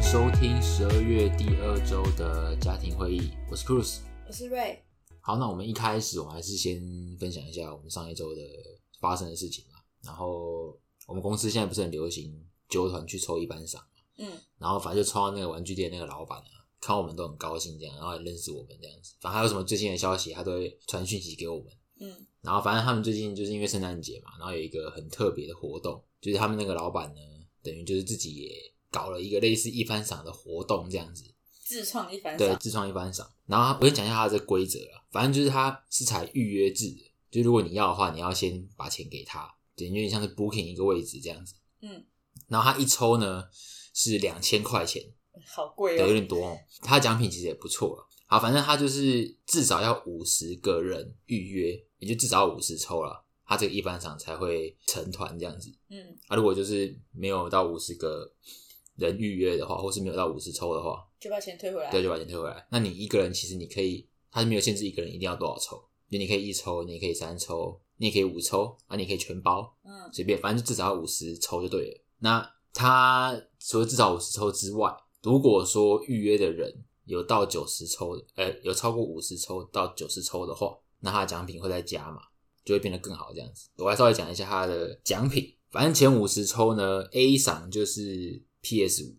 收听十二月第二周的家庭会议，我是 Cruz。我是瑞，好，那我们一开始，我还是先分享一下我们上一周的发生的事情嘛。然后我们公司现在不是很流行纠团去抽一班赏嘛，嗯，然后反正就抽到那个玩具店那个老板啊，看我们都很高兴这样，然后也认识我们这样子。反正还有什么最新的消息，他都会传讯息给我们。嗯然后反正他们最近就是因为圣诞节嘛，然后有一个很特别的活动，就是他们那个老板呢，等于就是自己也搞了一个类似一番赏的活动这样子。自创一番对，赏，自创一番赏。然后他我跟你讲一下它的规则啊，反正就是它是采预约制的，就如果你要的话，你要先把钱给他，等于有点像是 booking 一个位置这样子。嗯，然后他一抽呢是两千块钱，好贵对，有哦，点多哦。他的奖品其实也不错了。好，反正他就是至少要五十个人预约，也就至少五十抽了，他这个一般场才会成团这样子。嗯，啊，如果就是没有到五十个人预约的话，或是没有到五十抽的话，就把钱退回来，对，就把钱退回来。那你一个人其实你可以，它是没有限制一个人一定要多少抽，就你可以一抽，你也可以三抽，你也可以五抽，啊，你也可以全包，嗯随便，反正就至少五十抽就对了。那它除了至少五十抽之外，如果说预约的人有到九十抽的，呃，有超过五十抽到九十抽的话，那它的奖品会再加嘛，就会变得更好这样子。我来稍微讲一下它的奖品，反正前五十抽呢，A 赏就是 PS 五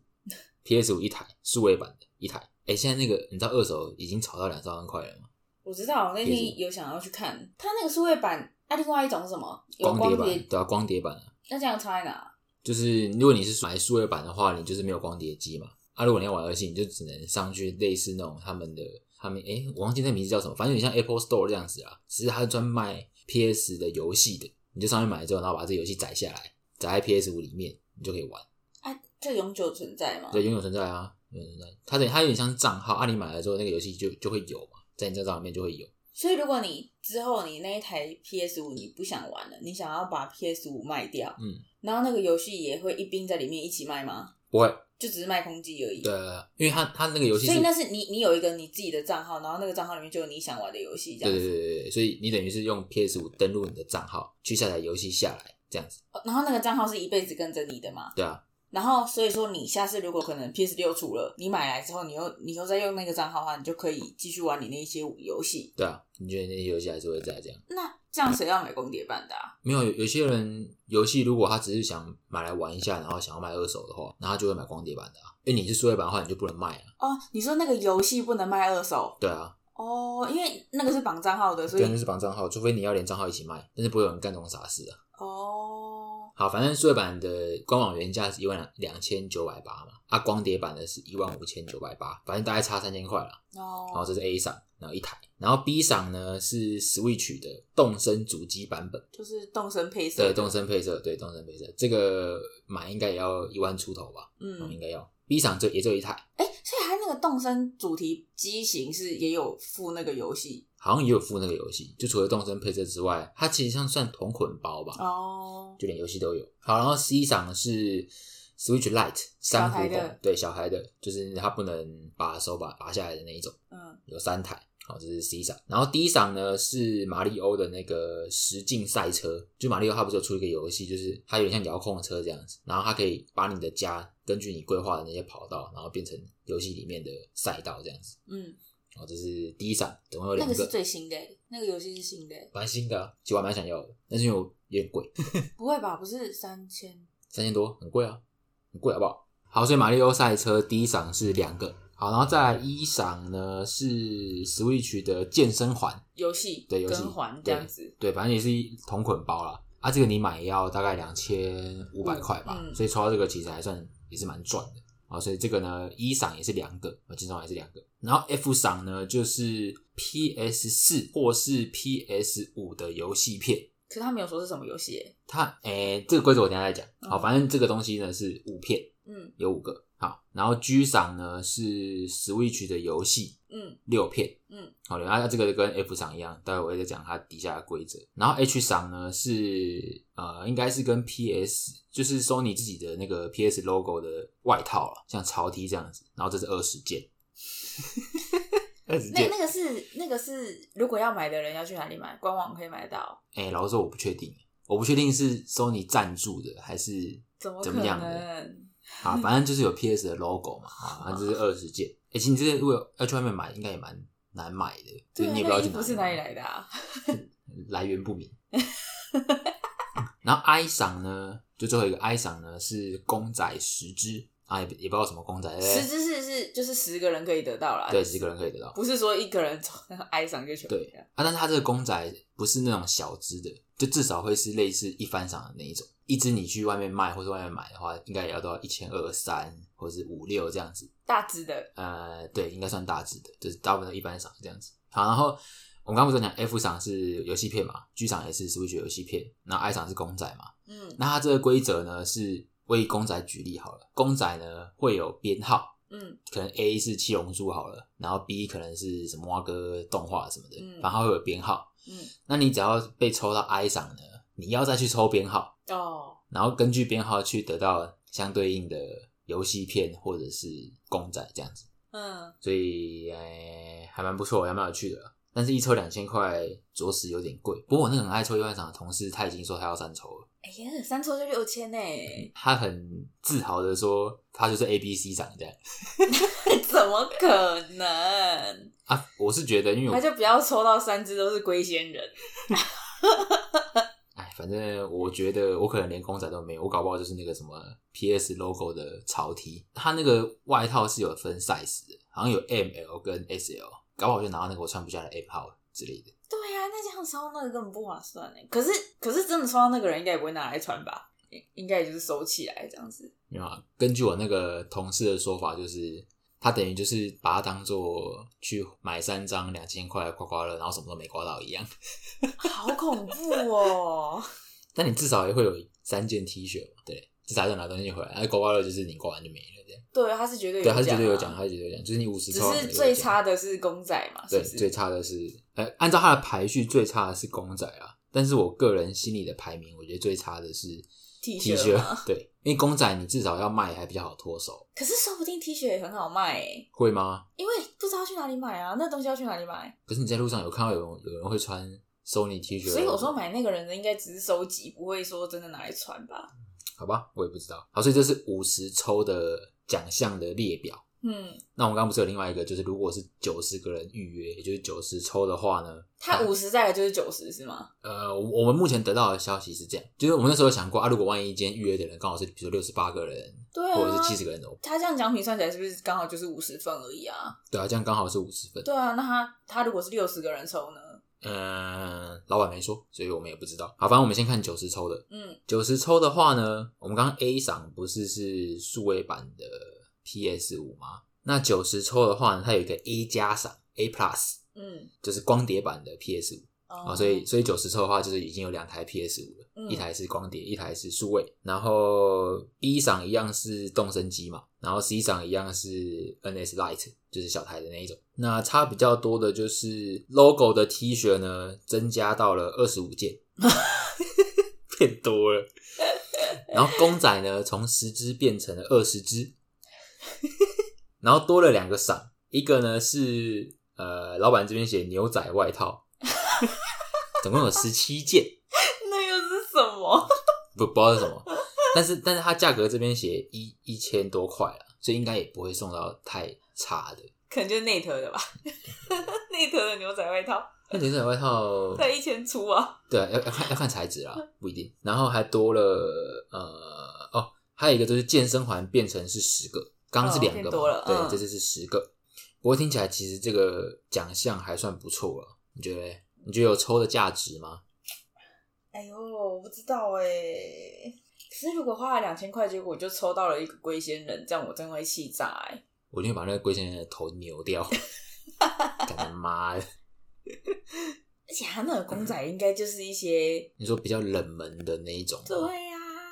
，PS 五一台数位版的一台。哎、现在那个你知道二手已经炒到两三万块了吗？我知道，我那也天有想要去看，它那个数位版，那、另外一种是什么？有碟版碟，对啊，光碟版啊。那这样差在哪？就是如果你是买数位版的话，你就是没有光碟机嘛。啊，如果你要玩游戏，你就只能上去类似那种他们的他们诶、我忘记那名字叫什么，反正有点像 Apple Store 这样子啊，只是它是专卖 PS 的游戏的，你就上去买之后，然后把这游戏载下来，载在 PS 五里面，你就可以玩。啊，这永久存在吗？对，，永久存在啊，永久存在。它等于它有点像账号，啊，你买了之后那个游戏就就会有嘛，在你这账号里面就会有。所以如果你之后你那一台 PS 五你不想玩了，你想要把 PS 五卖掉，嗯，然后那个游戏也会一并在里面一起卖吗？不会，就只是卖空机而已。对，，因为它它那个游戏所是以那是你你有一个你自己的账号，然后那个账号里面就有你想玩的游戏，这样对子。对对对对，所以你等于是用 PS 五登录你的账号去下载游戏下来，这样子。哦然后那个账号是一辈子跟着你的嘛。对啊，然后所以说你下次如果可能 PS 六出了，你买来之后，你又你又再用那个账号的话，你就可以继续玩你那一些游戏。对啊，你觉得那些游戏还是会在这样？那这样谁要买光碟版的、啊？没有，有有些人游戏如果他只是想买来玩一下，然后想要买二手的话，那他就会买光碟版的啊。因为你是数位版的话，你就不能卖啊。哦，你说那个游戏不能卖二手对啊，哦，因为那个是绑账号的，所对，以那是绑账号，除非你要连账号一起卖，但是不会有人干这种傻事啊。哦，好，反正数位版的官网原价是一万两千九百八嘛，啊，光碟版的是一万五千九百八，反正大概差三千块啦。然后哦，这是 A 赏，然后一台，然后 B 赏呢是 Switch 的动身主机版本。就是动身配色，对，动身配色，对，动身配色，这个买应该也要一万出头吧，嗯，嗯应，该要。B 厂就也就一台，哎，所以它那个动身主题机型是也有附那个游戏好像也有附那个游戏，就除了动身配色之外，它其实像算同捆包吧，哦，就连游戏都有。好，然后 C 厂是 Switch Lite 珊瑚小台版的，对，小孩的，就是它不能把手把拔下来的那一种，嗯有三台。好，这是 C 赏，然后 D 赏呢是马里欧的那个实境赛车，就马里欧它不是有出一个游戏，就是它有点像遥控车这样子，然后它可以把你的家根据你规划的那些跑道，然后变成游戏里面的赛道这样子。嗯，哦，这是第一场，总共有那两个是个，最新的，那个游戏是新的，蛮新的、啊，其实我还蛮想要的，但是因为我有点贵，不会吧？不是三千三千多，很贵啊，很贵好不好？好，所以马里奥赛车第一场是两个，好，然后再来一场呢是 Switch 的健身环，游戏对游戏跟环这样子，对，反正也是一同捆包啦。啊，这个你买要大概两千五百块吧，嗯所以抽到这个其实还算也是蛮赚的啊。所以这个呢，一赏也是两个，啊，金赏也是两个，然后 F 赏呢就是 PS 四或是 PS 五的游戏片。可是他没有说是什么游戏耶，它诶、这个规则我等一下再讲。嗯好，反正这个东西呢是五片，嗯有五个。好，然后 G 赏呢是 Switch 的游戏嗯六片，嗯，好，然后这个跟 F 赏一样，待会我会再讲它底下的规则。然后 H 赏呢是呃，应该是跟 PS 就是 Sony 自己的那个 PS logo 的外套了，像潮 T 这样子。然后这是二十 件，二十那件。那个是那个是，如果要买的人要去哪里买？官网可以买得到？哎、老实说我不确定，我不确定是 Sony 赞助的还是怎么怎可么样的能？啊，反正就是有 PS 的 logo 嘛，啊，那就是二十件。哎、其实你这些如果要去外面买，应该也蛮难买的，就对是啊，你也不知道那去哪衣服里是哪里买来的啊？来源不明。然后哀伤呢，就最后一个哀伤呢是公仔十只啊，也不也不知道什么公仔，对不 对十只是是就是十个人可以得到啦，对，十个人可以得到。 不是说一个人从 哀伤就全部对这样啊，但是它这个公仔不是那种小只的，就至少会是类似一番赏的那一种。一只你去外面卖或者外面买的话，应该也要到一千二三或者是五六这样子。大只的，呃，对，应该算大致的，就是大部分的一般赏是这样子。好，然后我们刚不是讲 F 赏是游戏片嘛，G 赏也是 Switch 游戏片，那 I 赏是公仔嘛。嗯那它这个规则呢是为公仔举例好了，公仔呢会有编号，嗯可能 A 是七龙珠好了，然后 B 可能是什么蛙哥动画什么的，嗯反正它会有编号。嗯，那你只要被抽到 I 赏呢，你要再去抽编号，哦，然后根据编号去得到相对应的游戏片或者是公仔这样子。嗯，所以诶、还蛮不错，还蛮有趣的。但是，一抽两千块，着实有点贵。不过，我那个很爱抽一万场的同事，他已经说他要三抽了，哎呀，三抽就六 千呢， 他很自豪的说，他就是 A、B、C 赏这样怎么可能？啊。我是觉得，因为那我就不要抽到三只都是龟仙人，哎，反正我觉得我可能连公仔都没有，我搞不好就是那个什么 PS logo 的潮 T，他那个外套是有分 size 的，好像有 M、L 跟 S、L，搞不好我就拿到那个我穿不下的 M 号之类的。对呀、那这样抽那个根本不划算哎。可是可是真的抽到那个人，应该也不会拿来穿吧？应应该也就是收起来这样子。没有啊，根据我那个同事的说法，就是他等于就是把它当做去买三张两千块的刮刮乐，然后什么都没刮到一样。好恐怖哦！但你至少也会有三件 T 恤嘛，对，至少要拿东西回来。啊那刮刮乐就是你刮完就没了，这样。 对，他是绝对有对，奖、他啊，是绝对有奖，他是绝对有奖，就是你五十只抽，是最差的是公仔嘛，是对，不是？最差的是，呃，按照它的排序，最差的是公仔啊。但是我个人心里的排名，我觉得最差的是 T 恤 T 吗恤，对，因为公仔你至少要卖还比较好脱手，可是说不定 T 恤也很好卖哎，会吗？因为不知道去哪里买啊，那东西要去哪里买？可是你在路上有看到有人有人会穿 Sony T 恤，所以我说，买那个人的应该只是收集，不会说真的拿来穿吧？好吧，我也不知道。好，所以这是五十抽的奖项的列表。嗯，那我们刚刚不是有另外一个，就是如果是九十个人预约，也就是九十抽的话呢，他五十再来就是九十是吗？呃，我我们目前得到的消息是这样，就是我们那时候有想过啊，如果万一今天预约的人刚好是比如说六十八个人，对啊，或者是七十个人怎么办他这样奖品算起来是不是刚好就是五十分而已啊？对啊，这样刚好是五十分。对啊，那他他如果是六十个人抽呢？嗯，老板没说，所以我们也不知道。好，反正我们先看九十抽的。嗯九十抽的话呢，我们刚刚 A 赏不是是数位版的 PS 五吗？那九十抽的话呢，它有一个 A 加赏 A Plus，嗯就是光碟版的 PS 五哦啊，所以所以九十抽的话，就是已经有两台 PS 五了。一台是光碟，一台是数位，然后 B 赏一样是动身机嘛，然后 C 赏一样是 NS Lite，就是小台的那一种。那差比较多的就是 logo 的 T 恤呢，增加到了二十五件，变多了。然后公仔呢，从十只变成了二十只，然后多了两个赏，一个呢是呃，老板这边写牛仔外套，总共有十七件。那又是什么？ 不不知道是什么，但是但是它价格这边写一一千多块了，所以应该也不会送到太差的。可能就是内特的吧， 内特的牛仔外套那牛仔外套，在一千出啊。对啊，要要看要看材质啦，不一定。然后还多了呃哦，还有一个就是健身环变成是十个，刚刚是两哦个嘛，变多了对，嗯这次是十个。不过听起来其实这个奖项还算不错了，你觉得嘞？你觉得有抽的价值吗？哎呦，我不知道哎、可是如果花了两千块，结果我就抽到了一个龟仙人，这样我真会气炸哎、我一定会把那个龟仙人的头扭 掉，干他妈的！而且他那个公仔应该就是一 些你说比较冷门的那一种吗，对啊呀、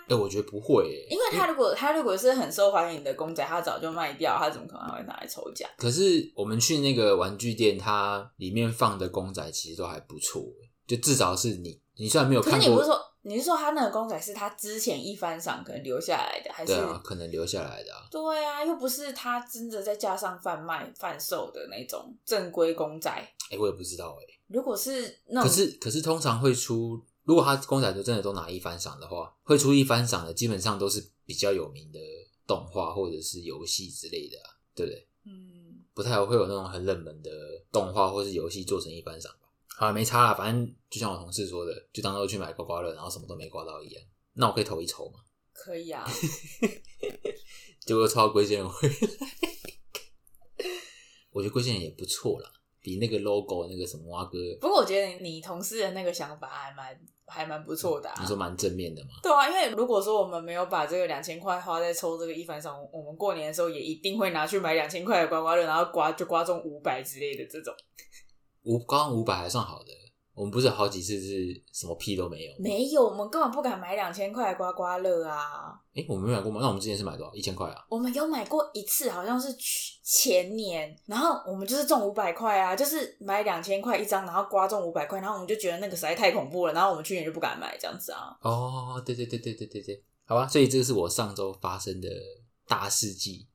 哎、我觉得不会、欸，因为他如果他如果是很受欢迎的公仔，他早就卖掉，他怎么可能还会拿来抽奖？可是我们去那个玩具店，它里面放的公仔其实都还不错，欸就至少是你，你虽然没有可是看你不是过，说你是说他那个公仔是他之前一番赏可能留下来的，还是对啊，可能留下来的啊。对啊，又不是他真的在架上贩卖、贩售的那种正规公仔。哎、我也不知道哎、如果是那可种，是可是通常会出，如果他公仔都真的都拿一番赏的话，会出一番赏的，基本上都是比较有名的动画或者是游戏之类的、啊，对不对？嗯，不太会有那种很冷门的动画或是游戏做成一般赏吧。好了，没差啦，反正就像我同事说的，就当做去买刮刮乐，然后什么都没刮到一样。那我可以投一筹嘛？可以啊。结果又抽到龟仙人回来，我觉得龟仙人也不错啦，比那个 logo 那个什么蛙哥，不过我觉得你同事的那个想法还蛮还蛮不错的、啊。嗯你说蛮正面的嘛？对啊，因为如果说我们没有把这个两千块花在抽这个一番赏，我们过年的时候也一定会拿去买两千块的刮刮乐，然后刮就刮中五百之类的这种。五刚五百还算好的，我们不是有好几次是什么屁都没有？没有，我们根本不敢买两千块的刮刮乐啊！诶、我们没买过吗？那我们之前是买多少？一千块啊？我们有买过一次，好像是去前年，然后我们就是中五百块啊，就是买两千块一张，然后刮中五百块，然后我们就觉得那个实在太恐怖了，然后我们去年就不敢买这样子 啊。哦，对对对对对对对，好吧，所以这个是我上周发生的大事迹，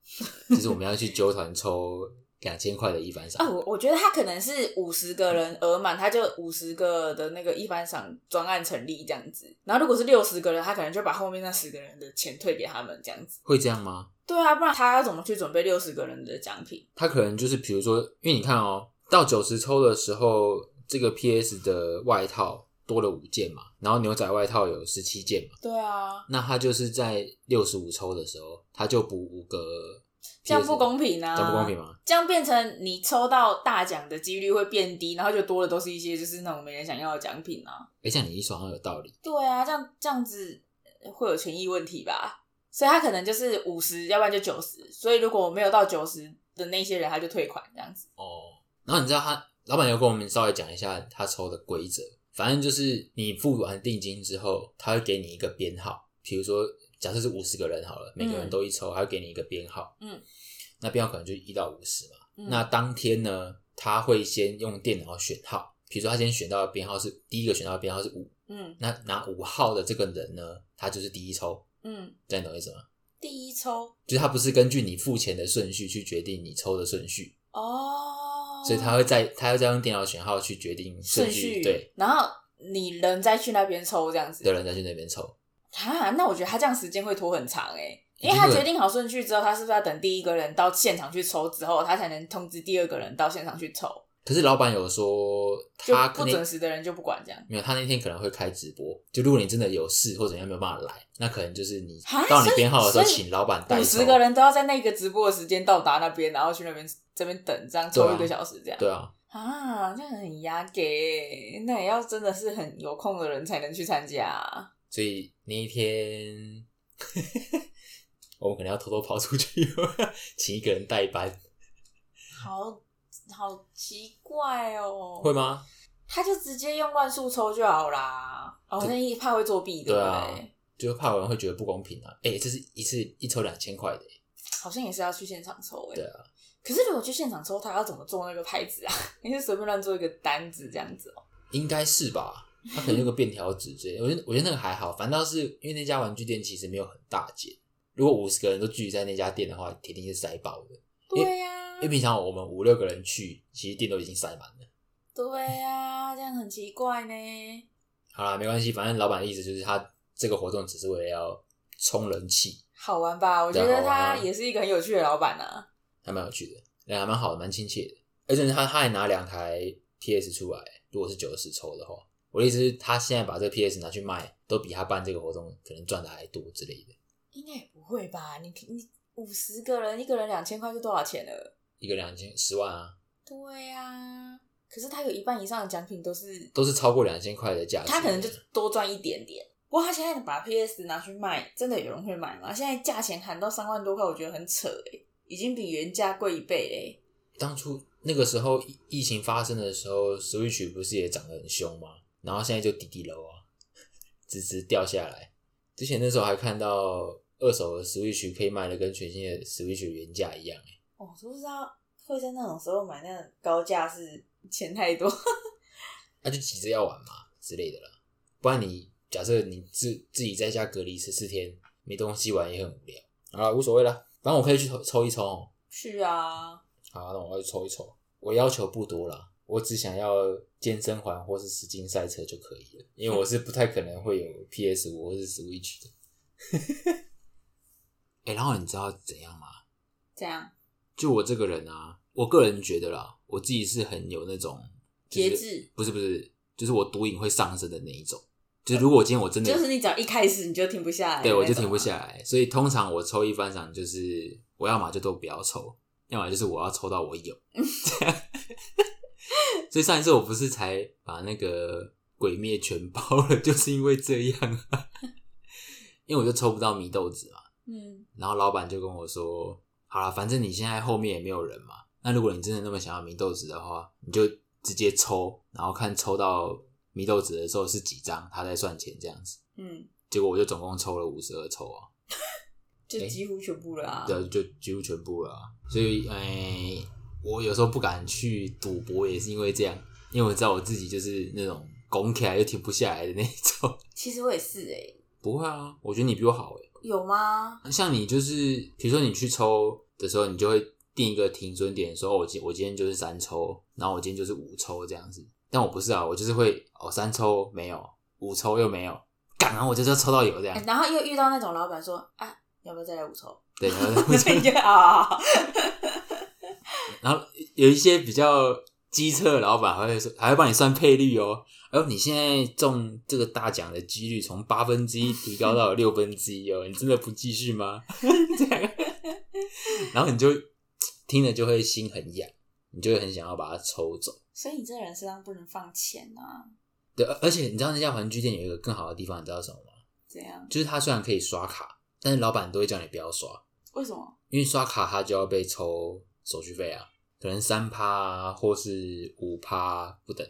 就是我们要去纠团抽两千块的一番啊，赏。我我觉得他可能是五十个人额满，他就五十个的那个一番赏专案成立这样子。然后如果是六十个人，他可能就把后面那十个人的钱退给他们这样子。会这样吗？对啊，不然他要怎么去准备六十个人的奖品？他可能就是比如说，因为你看哦，到九十抽的时候，这个 PS 的外套多了五件嘛，然后牛仔外套有十七件嘛，对啊，那他就是在六十五抽的时候，他就补五个 PS，这样不公平啊！这样不公平吗？这样变成你抽到大奖的几率会变低，然后就多的都是一些就是那种没人想要的奖品啊。哎、这样你一说好像有道理。对啊，这样这样子呃会有权益问题吧？所以他可能就是五十，要不然就九十。所以如果没有到九十的那些人，他就退款这样子。哦，然后你知道他老板有跟我们稍微讲一下他抽的规则，反正就是你付完定金之后，他会给你一个编号，比如说假设是五十个人好了，每个人都一抽，他会给你一个编号，嗯，那编号可能就一到五十嘛。嗯那当天呢，他会先用电脑选号，比如说他先选到的编号是第一个选到的编号是五，嗯那拿五号的这个人呢，他就是第一抽，嗯，这样你懂我意思吗？第一抽就是他不是根据你付钱的顺序去决定你抽的顺序，哦，所以他会再他会再用电脑选号去决定顺序，序对，，然后你人再去那边抽这样子有人再去那边抽。啊？那我觉得他这样时间会拖很长哎、一定因会为他决定好顺序之后，他是不是要等第一个人到现场去抽之后，他才能通知第二个人到现场去抽？可是老板有说就他不那准时的人就不管这样。没有，他那天可能会开直播。就如果你真的有事或者你没有办法来，那可能就是你哈到你所以编号的时候，所以请老板代五抽十。个人都要在那个直播的时间到达那边，然后去那边这边等，这样对啊抽一个小时这样。对啊，啊，这样很压给，那也要真的是很有空的人才能去参加啊。所以那一天 我们可能要偷偷跑出去， 请一个人代班，好好奇怪哦，会吗？他就直接用乱数抽就好啦。哦，那一怕会作弊，对不啊对？就怕有人会觉得不公平啊！哎、这是一次一抽两千块的、好像也是要去现场抽诶、对啊。可是如果去现场抽，他要怎么做那个牌子啊？ 你是随便乱做一个单子这样子哦、应该是吧？它可能有个便条纸之类的，我觉得我觉得那个还好，反倒是因为那家玩具店其实没有很大间，如果五十个人都聚集在那家店的话，铁定是塞爆的。对呀、因为平常我们五六个人去，其实店都已经塞满了。对呀、这样很奇怪呢。好啦，没关系，反正老板的意思就是他这个活动只是为了要冲人气，好玩吧？我觉对啊得好玩啊他也是一个很有趣的老板啊。还蛮有趣的，人还蛮好的，蛮亲切的。而且他他还拿两台 PS 出来，如果是九十抽的话，我的意思是，他现在把这个 PS 拿去卖，都比他办这个活动可能赚的还多之类的。应该也不会吧？你你五十个人，一个人两千块是多少钱了？一个两千十万啊，对呀、可是他有一半以上的奖品都是，都是超过两千块的价值。他可能就多赚一点点。不过他现在把 PS 拿去卖，真的有人会买吗？现在价钱喊到三万多块，我觉得很扯哎、已经比原价贵一倍嘞、当初那个时候疫疫情发生的时候，Switch 不是也涨得很凶吗？然后现在就滴滴楼啊，直直掉下来。之前那时候还看到二手的 Switch 可以卖的跟全新的 Switch 原价一样、欸，哦，我都不知道会在那种时候买那种高价是钱太多。 那、就急着要玩嘛之类的啦。不然你假设你自自己在家隔离十四天，没东西玩也很无聊。好了，无所谓啦，反正我可以去抽抽一抽哦。去啊，好，那我要去抽一抽。我要求不多啦，我只想要健身环或是实境赛车就可以了， 因为我是不太可能会有 PS 五或是 Switch 的。哎、然后你知道怎样吗？这样就我这个人啊，我个人觉得啦，我自己是很有那种就是节制，不是不是，就是我毒瘾会上升的那一种。就是如果今天我真的就是你只要一开始你就停不下来，啊对，我就停不。下来。所以通常我抽一番赏，就是我要么就都不要抽，要么就是我要抽到我有。所以上一次我不是才把那个鬼灭全包了， 就是因为这样、啊，因为我就抽不到祢豆子嘛。嗯，然后老板就跟我说：“好了，反正你现在后面也没有人嘛，那如果你真的那么想要祢豆子的话，你就直接抽，然后看抽到祢豆子的时候是几张，他再算钱这样子。”嗯，结果我就总共抽了五十二抽啊。就几乎全部了啊。对，就几乎全部了啊、所以，哎、我有时候不敢去赌博，也是因为这样，因为我知道我自己就是那种拱起来就停不下来的那一种。 其实我也是诶，不会啊，我觉得你比我好哎、有吗？像你就是，比如说你去抽的时候，你就会定一个停损点，说哦，我今我今天就是三抽，然后我今天就是五抽这样子。但我不是啊，我就是会哦，三抽没有，五抽又没有，干，然后我就是要抽到有这样哎。然后又遇到那种老板说啊，你要不要再来 五抽？ 对，然后我就觉得啊，然后有一些比较机车的老板还会说，还会帮你算配率哦。哎呦，你现在中这个大奖的几率从八分之一提高到了六分之一哦，你 真的不继续吗？ 这样，然后你就听了就会心很痒，你就会很想要把它抽走。所以你这人身上不能放钱啊，对，而而且你知道那家玩具店有一个更好的地方，你知道什么吗？这样就是它虽然可以刷卡，但是老板都会叫你不要刷，为什么？因为刷卡它就要被抽手续费啊，可能三趴啊，或是五趴、不等，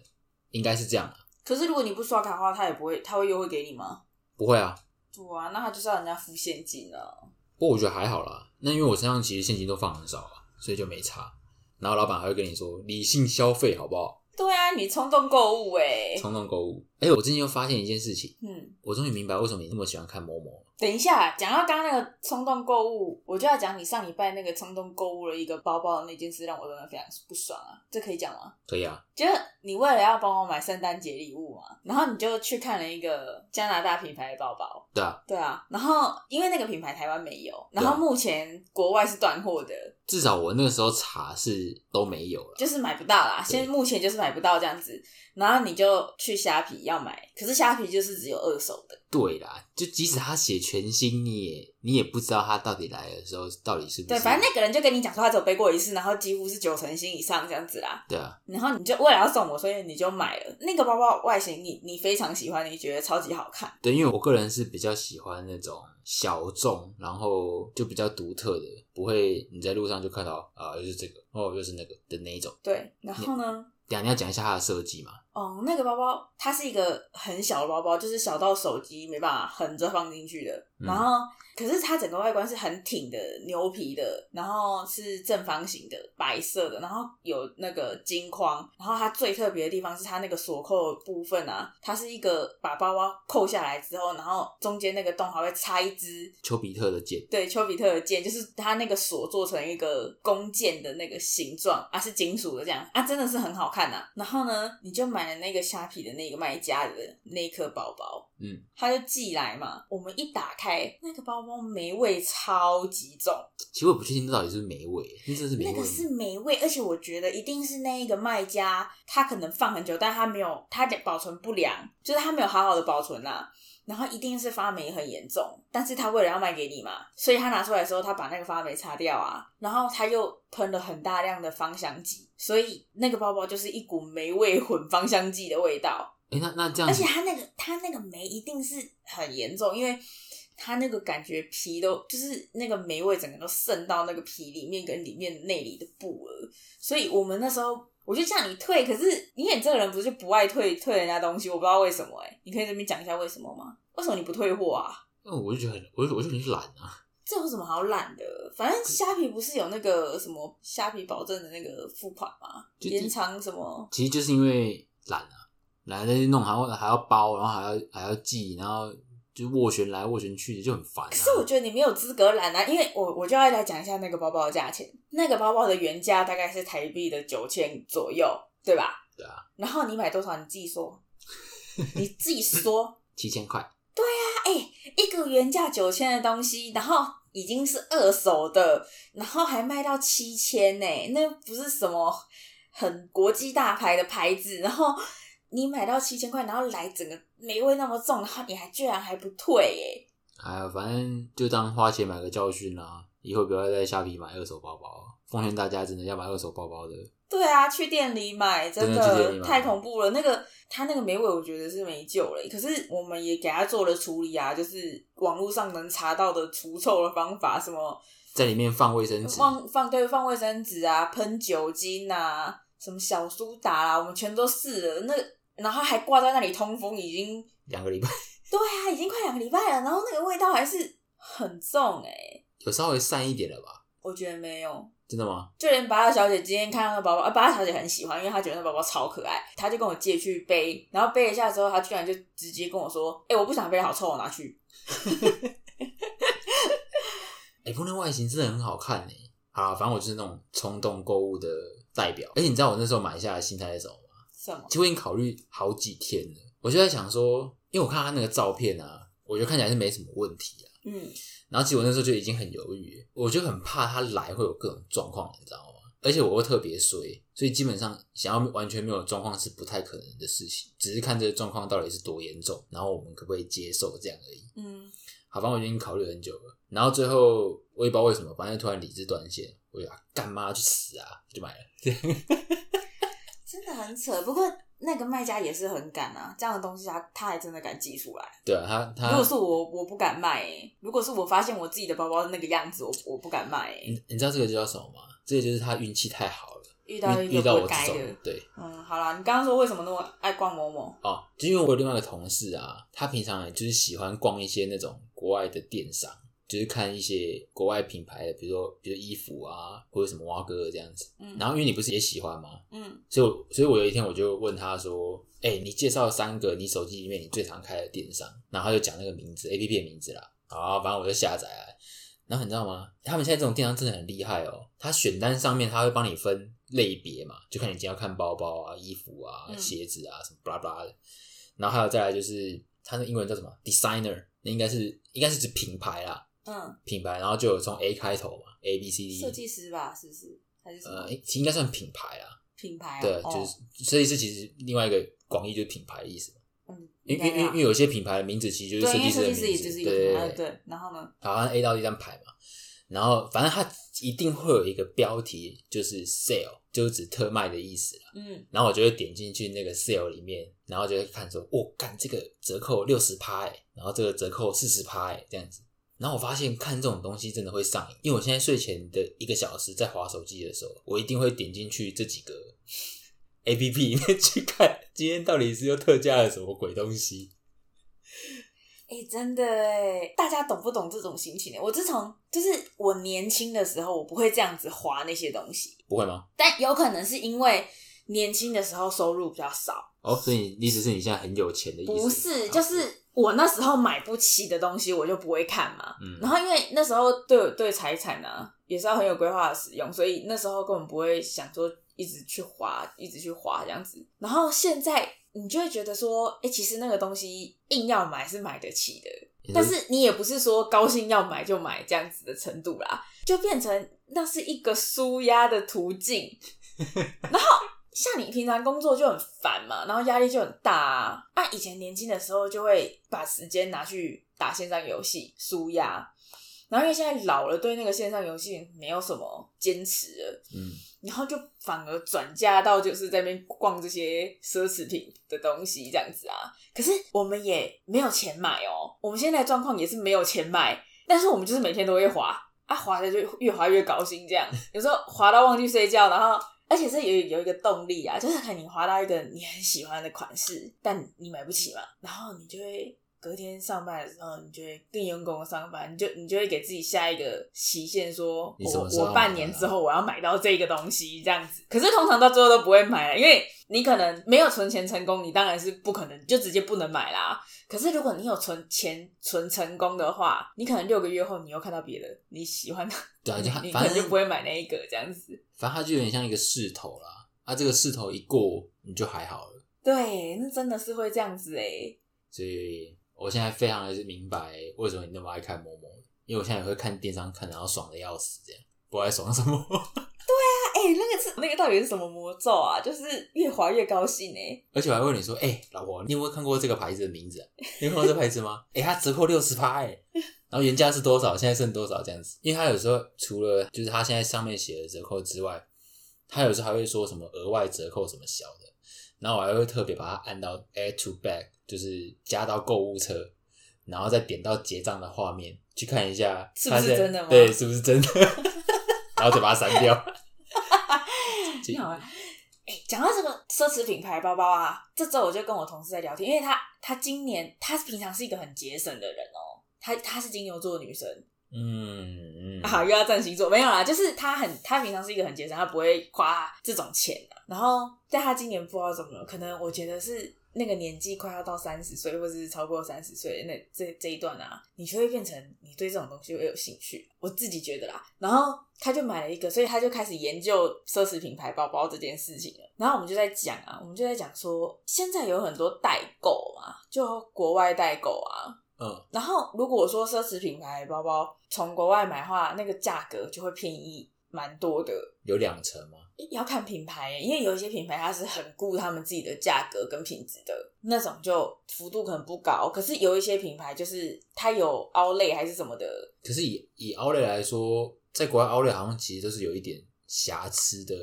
应该是这样、啊。可是如果你不刷卡的话，他也不会，他会优惠给你吗？不会啊，对啊，那他就是要人家付现金了。不过我觉得还好啦。那因为我身上其实现金都放很少啊，所以就没差。然后老板还会跟你说理性消费好不好？对啊，你冲动购物哎、冲动购物。哎、我最近又发现一件事情，嗯，我终于明白为什么你那么喜欢看某某了。等一下，讲到刚刚那个冲动购物，我就要讲你上礼拜那个冲动购物了一个包包的那件事，让我真的非常不爽啊！这可以讲吗？可以啊，就是你为了要帮我买圣诞节礼物嘛，然后你就去看了一个加拿大品牌的包包，对啊，对啊，然后因为那个品牌台湾没有，然后对啊目前国外是断货的，至少我那个时候查是都没有了。就是买不到啦，对现在目前就是买不到这样子，然后你就去虾皮要买，可是虾皮就是只有二手的，对啦，就即使他写全新，你也你也不知道他到底来的时候到底是不是对，反正那个人就跟你讲说他只有背过一次，然后几乎是九成新以上这样子啦，对啊，然后你就为了要送我，所以你就买了那个包包外形你，你非常喜欢，你觉得超级好看，对，因为我个人是比较喜欢那种小众，然后就比较独特的，不会你在路上就看到啊、就是这个哦，就是那个的那一种。对，然后呢？等一下你要讲一下它的设计嘛？哦，那个包包它是一个很小的包包，就是小到手机没办法横着放进去的。嗯然后，可是它整个外观是很挺的牛皮的，然后是正方形的白色的，然后有那个金框。然后它最特别的地方是它那个锁扣的部分啊，它是一个把包包扣下来之后，然后中间那个洞还会插一支丘比特的剑，对，丘比特的剑就是它那个锁做成一个弓箭的那个形状啊，是金属的这样啊，真的是很好看呐、然后呢，你就买了那个虾皮的那个卖家的那一颗包包，嗯，他就寄来嘛。我们一打开那个包包，霉味超级重，其实我也不确定这到底是不是霉味，那这是霉那味个吗。是霉味，而且我觉得一定是那一个卖家他可能放很久，但他没有他的保存不良，就是他没有好好的保存呐、然后一定是发霉很严重，但是他为了要卖给你嘛，所以他拿出来的时候，他把那个发霉擦掉啊，然后他又喷了很大量的芳香剂，所以那个包包就是一股霉味混芳香剂的味道。哎、那那这样而子且，它那个它那个霉一定是很严重，因为它那个感觉皮都就是那个霉味整个都渗到那个皮里面跟里面内里的布了，所以我们那时候。我就叫你退，可是你也这个人不是就不爱退退人家东西，我不知道为什么哎、你可以这边讲一下为什么吗？为什么你不退货啊？那哦我就觉得很，我就我就很懒啊。这有什么好懒的？反正虾皮不是有那个什么虾皮保证的那个付款吗？就延长什么？其实就是因为懒啊，懒得去弄，还要还要包，然后还要还要寄，然后就斡旋来斡旋去的，就很烦、啊。可是我觉得你没有资格懒啊，因为我我就要来讲一下那个包包的价钱。那个包包的原价大概是台币的九千左右，对吧？对啊。然后你买多少你自己说，你自己说。 七千块，哎、一个原价九千的东西，然后已经是二手的，然后还卖到七千呢，那不是什么很国际大牌的牌子，然后你买到七千块，然后来整个霉味那么重，然后你还居然还不退耶，哎呀，反正就当花钱买个教训啦、以后不要再下皮买二手包包，奉劝大家真的要买二手包包的。对啊，去店里买真真的去店里的买太恐怖了。那个他那个霉味，我觉得是没救了。可是我们也给他做了处理啊，就是网络上能查到的除臭的方法，什么在里面放卫生纸，放放对放卫生纸啊，喷酒精啊，什么小苏打啊，我们全都试了。那然后还挂在那里通风，已经两个礼拜对啊，已经快两个礼拜了。然后那个味道还是很重哎、有稍微散一点了吧？我觉得没有。真的吗？就连巴拉小姐今天看到那包包，啊，巴拉小姐很喜欢，因为她觉得那包包超可爱，她就跟我借去背，然后背了一下之后，她居然就直接跟我说：“哎、我不想背，好臭，我拿去。哎、不过那外形真的很好看呢、好啦，反正我就是那种冲动购物的代表。而且你知道我那时候买下来心态是什么吗？”什么？其实我已经考虑好几天了，我就在想说，因为我看他那个照片啊，我觉得看起来是没什么问题啊。嗯，然后其实我那时候就已经很犹豫了，我就很怕他来会有各种状况，你知道吗？而且我又特别衰，所以基本上想要完全没有状况是不太可能的事情，只是看这个状况到底是多严重，然后我们可不可以接受这样而已。嗯，好，反正我已经考虑很久了，然后最后我也不知道为什么，反正突然理智断线，我就啊干妈去死啊，就买了。真的很扯。不过那个卖家也是很敢啊，这样的东西他他还真的敢寄出来。对啊，他如他果，是我，我不敢卖、欸。如果是我发现我自己的包包那个样子，我我不敢卖、欸。你你知道这个就叫什么吗？这个就是他运气太好了，遇到遇遇一到个我不该这种的，，对嗯，好啦，你刚刚说为什么那么爱逛某某？哦，就因为我有另外一个同事啊，他平常就是喜欢逛一些那种国外的电商，就是看一些国外品牌的，比如说比如衣服啊，或者什么蛙哥这样子。嗯然后因为你不是也喜欢吗？嗯所以我，所以我有一天我就问他说：“哎、你介绍三个你手机里面你最常开的电商。”然后他就讲那个名字 A P P 的名字啦。好，反正我就下载来。然后你知道吗？他们现在这种电商真的很厉害哦。它选单上面它会帮你分类别嘛，就看你今天要看包包啊、衣服啊、嗯鞋子啊什么巴拉巴拉的。然后还有再来就是它的英文叫什么 designer，那应该是应该是指品牌啦，嗯，品牌。然后就有从 A 开头嘛，A B C 设 D，计师吧，是不是？还是什么呃，其实应该算品牌啦。品牌、啊？对，哦就是设计师其实另外一个广义就是品牌的意思嘛，嗯，因应为因该为因为有些品牌的名字其实就是对，设因为计师设的名字，计师也就是一个对品对牌，对。然后呢，好像 A 到 D 这样排嘛，然后反正它一定会有一个标题，就是 sale，就是指特卖的意思啦。嗯，然后我就会点进去那个 sale 里面，然后就会看说，哦，干这个折扣六十趴哎，然后这个折扣四十趴哎，这样子。然后我发现看这种东西真的会上瘾，因为我现在睡前的一个小时在划手机的时候，我一定会点进去这几个 A P P 里面去看，今天到底是又特价了什么鬼东西。哎、真的哎，大家懂不懂这种心情呢？我自从就是我年轻的时候，我不会这样子花那些东西，不会吗？但有可能是因为年轻的时候收入比较少，哦，所以你意思是你现在很有钱的意思？不是，就啊是我那时候买不起的东西，我就不会看嘛。嗯然后因为那时候对我对财产啊也是要很有规划的使用，所以那时候根本不会想说一直去花，一直去花这样子。然后现在你就会觉得说，哎、其实那个东西硬要买是买得起的，你说但是你也不是说高兴要买就买这样子的程度啦，就变成那是一个舒压的途径。然后像你平常工作就很烦嘛，然后压力就很大啊。啊，以前年轻的时候就会把时间拿去打线上游戏舒压，然后因为现在老了，对那个线上游戏没有什么坚持了，嗯，然后就反而转嫁到就是在那边逛这些奢侈品的东西这样子啊。可是我们也没有钱买哦，我们现在的状况也是没有钱买，但是我们就是每天都会滑啊，滑的就越滑越高兴这样，有时候滑到忘记睡觉，然后。而且是有有一个动力啊，就是可能你滑到一个你很喜欢的款式，但你买不起嘛，然后你就会隔天上班的时候，你就会更用功地上班，你就你就会给自己下一个期限说你什么时候啊我我半年之后我要买到这个东西这样子。可是通常到最后都不会买了，因为你可能没有存钱成功，你当然是不可能就直接不能买啦。可是如果你有存钱存成功的话，你可能六个月后你又看到别的你喜欢的， 对啊，就你你可反能正就不会买那一个这样子。反正它就有点像一个势头啦。啊，这个势头一过，你就还好了。对，那真的是会这样子哎、所以我现在非常的明白为什么你那么爱看某某。因为我现在也会看电商看，然后爽的要死，这样不爱爽什么。哎、那个是那个到底是什么魔咒啊？就是越滑越高兴哎、而且我还问你说，哎、老婆，你有没有看过这个牌子的名字、啊？你有看过这牌子吗？ 哎、它折扣六十趴哎，然后原价是多少，现在剩多少这样子？因为它有时候除了就是它现在上面写的折扣之外，它有时候还会说什么额外折扣什么小的，然后我还会特别把它按到 add to bag，就是加到购物车，然后再点到结账的画面去看一下是不是它现在真的吗对，是不是真的？ 然后就把它删掉。你好啊！哎、讲到这个奢侈品牌包包啊，这周我就跟我同事在聊天，因为他他今年他平常是一个很节省的人哦，他他是金牛座的女生嗯嗯啊，又要占星座没有啦，就是他很他平常是一个很节省，他不会花这种钱的、然后，但他今年不知道怎么了，可能我觉得是那个年纪快要到三十岁，或者是超过三十岁的那这这一段啊，你就会变成你对这种东西会有兴趣。我自己觉得啦，然后他就买了一个，所以他就开始研究奢侈品牌包包这件事情了。然后我们就在讲啊，我们就在讲说，现在有很多代购嘛，就国外代购啊，嗯，然后如果说奢侈品牌包包从国外买的话，那个价格就会便宜蛮多的。有两层吗？诶要看品牌耶，因为有一些品牌它是很顾他们自己的价格跟品质的，那种就幅度可能不高。可是有一些品牌就是它有 Outlet 还是什么的，可是以以 Outlet 来说，在国外 Outlet 好像其实都是有一点瑕疵的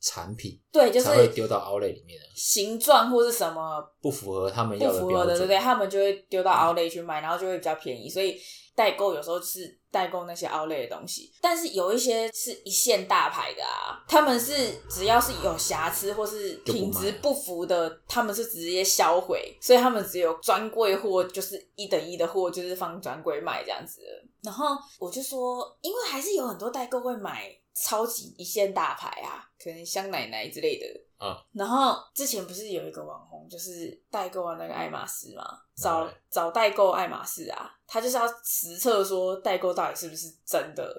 产品，对，就才会是丢到 Outlet 里面的，形状或是什么不符合他们不要符合标准。的，嗯对不对？他们就会丢到 Outlet 去卖，然后就会比较便宜，所以代购有时候是代购那些 Outlet 的东西。但是有一些是一线大牌的啊，他们是只要是有瑕疵或是就不品质卖不符的，他们是直接销毁，所以他们只有专柜货，就是一等一的货，就是放专柜卖这样子的。然后我就说，因为还是有很多代购会买超级一线大牌啊，可能香奶奶之类的。嗯然后之前不是有一个网红，就是代购啊那个爱马仕嘛，找对找代购爱马仕啊，他就是要实测说代购到底是不是真的。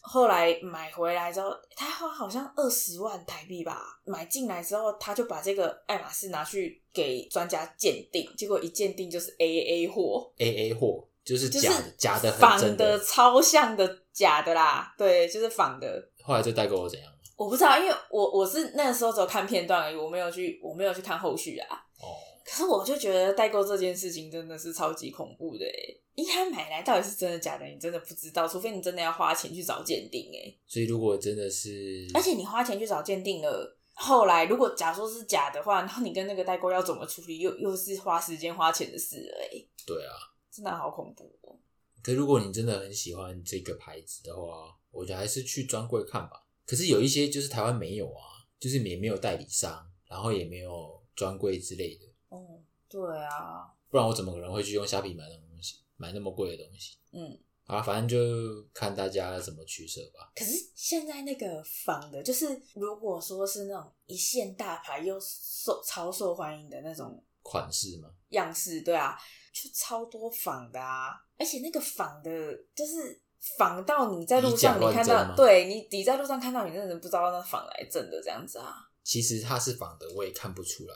后来买回来之后，他花好像二十万台币吧，买进来之后，他就把这个爱马仕拿去给专家鉴定，结果一鉴定就是 AA 货， A A 货就是就是假的，假的很仿真的。超像的假的啦，对，就是仿的。后来这代购我怎样？我不知道，因为我我是那时候只有看片段而已，我没有去我没有去看后续啊。哦，可是我就觉得代购这件事情真的是超级恐怖的诶，一开买来到底是真的假的，你真的不知道，除非你真的要花钱去找鉴定诶。所以如果真的是，而且你花钱去找鉴定了，后来如果假说是假的话，然后你跟那个代购要怎么处理，又又是花时间花钱的事了诶，对啊，真的好恐怖哦。可是如果你真的很喜欢这个牌子的话，我觉得还是去专柜看吧。可是有一些就是台湾没有啊，就是也没有代理商，然后也没有专柜之类的，哦，对啊，不然我怎么可能会去用虾皮买那种东西，买那么贵的东西？嗯。啊，反正就看大家怎么取舍吧。可是现在那个仿的，就是如果说是那种一线大牌又受超受欢迎的那种款式嘛，样式，对啊，就超多仿的啊，而且那个仿的，就是仿到你在路上以假你乱看真到，吗对你你在路上看到，你真的不知道那仿来真的这样子啊。其实它是仿的，我也看不出来。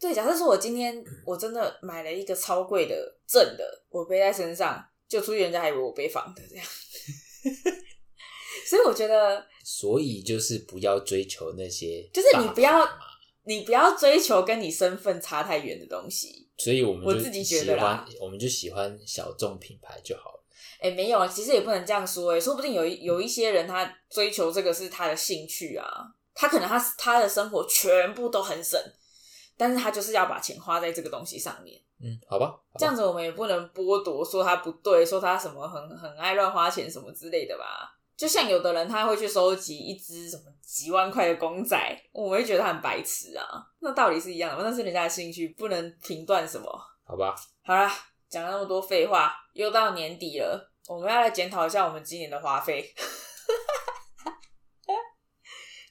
对，假设说我今天嗯我真的买了一个超贵的正的，我背在身上，就出去人家还以为我背仿的这样。 所以我觉得所以就是不要追求那些就大牌是嘛，你不要你不要追求跟你身份差太远的东西。所以我们就我自己觉得喜啦欢，我们就喜欢小众品牌就好了。哎、没有啊，其实也不能这样说哎、说不定有一有一些人他追求这个是他的兴趣啊，他可能他他的生活全部都很省，但是他就是要把钱花在这个东西上面。嗯，好吧，好吧这样子我们也不能剥夺说他不对，说他什么很很爱乱花钱什么之类的吧。就像有的人他会去收集一只什么几万块的公仔，我们会觉得他很白痴啊，那道理是一样的嘛，那是人家的兴趣，不能评断什么。好吧，好啦，讲了那么多废话，又到年底了，我们要来检讨一下我们今年的花费，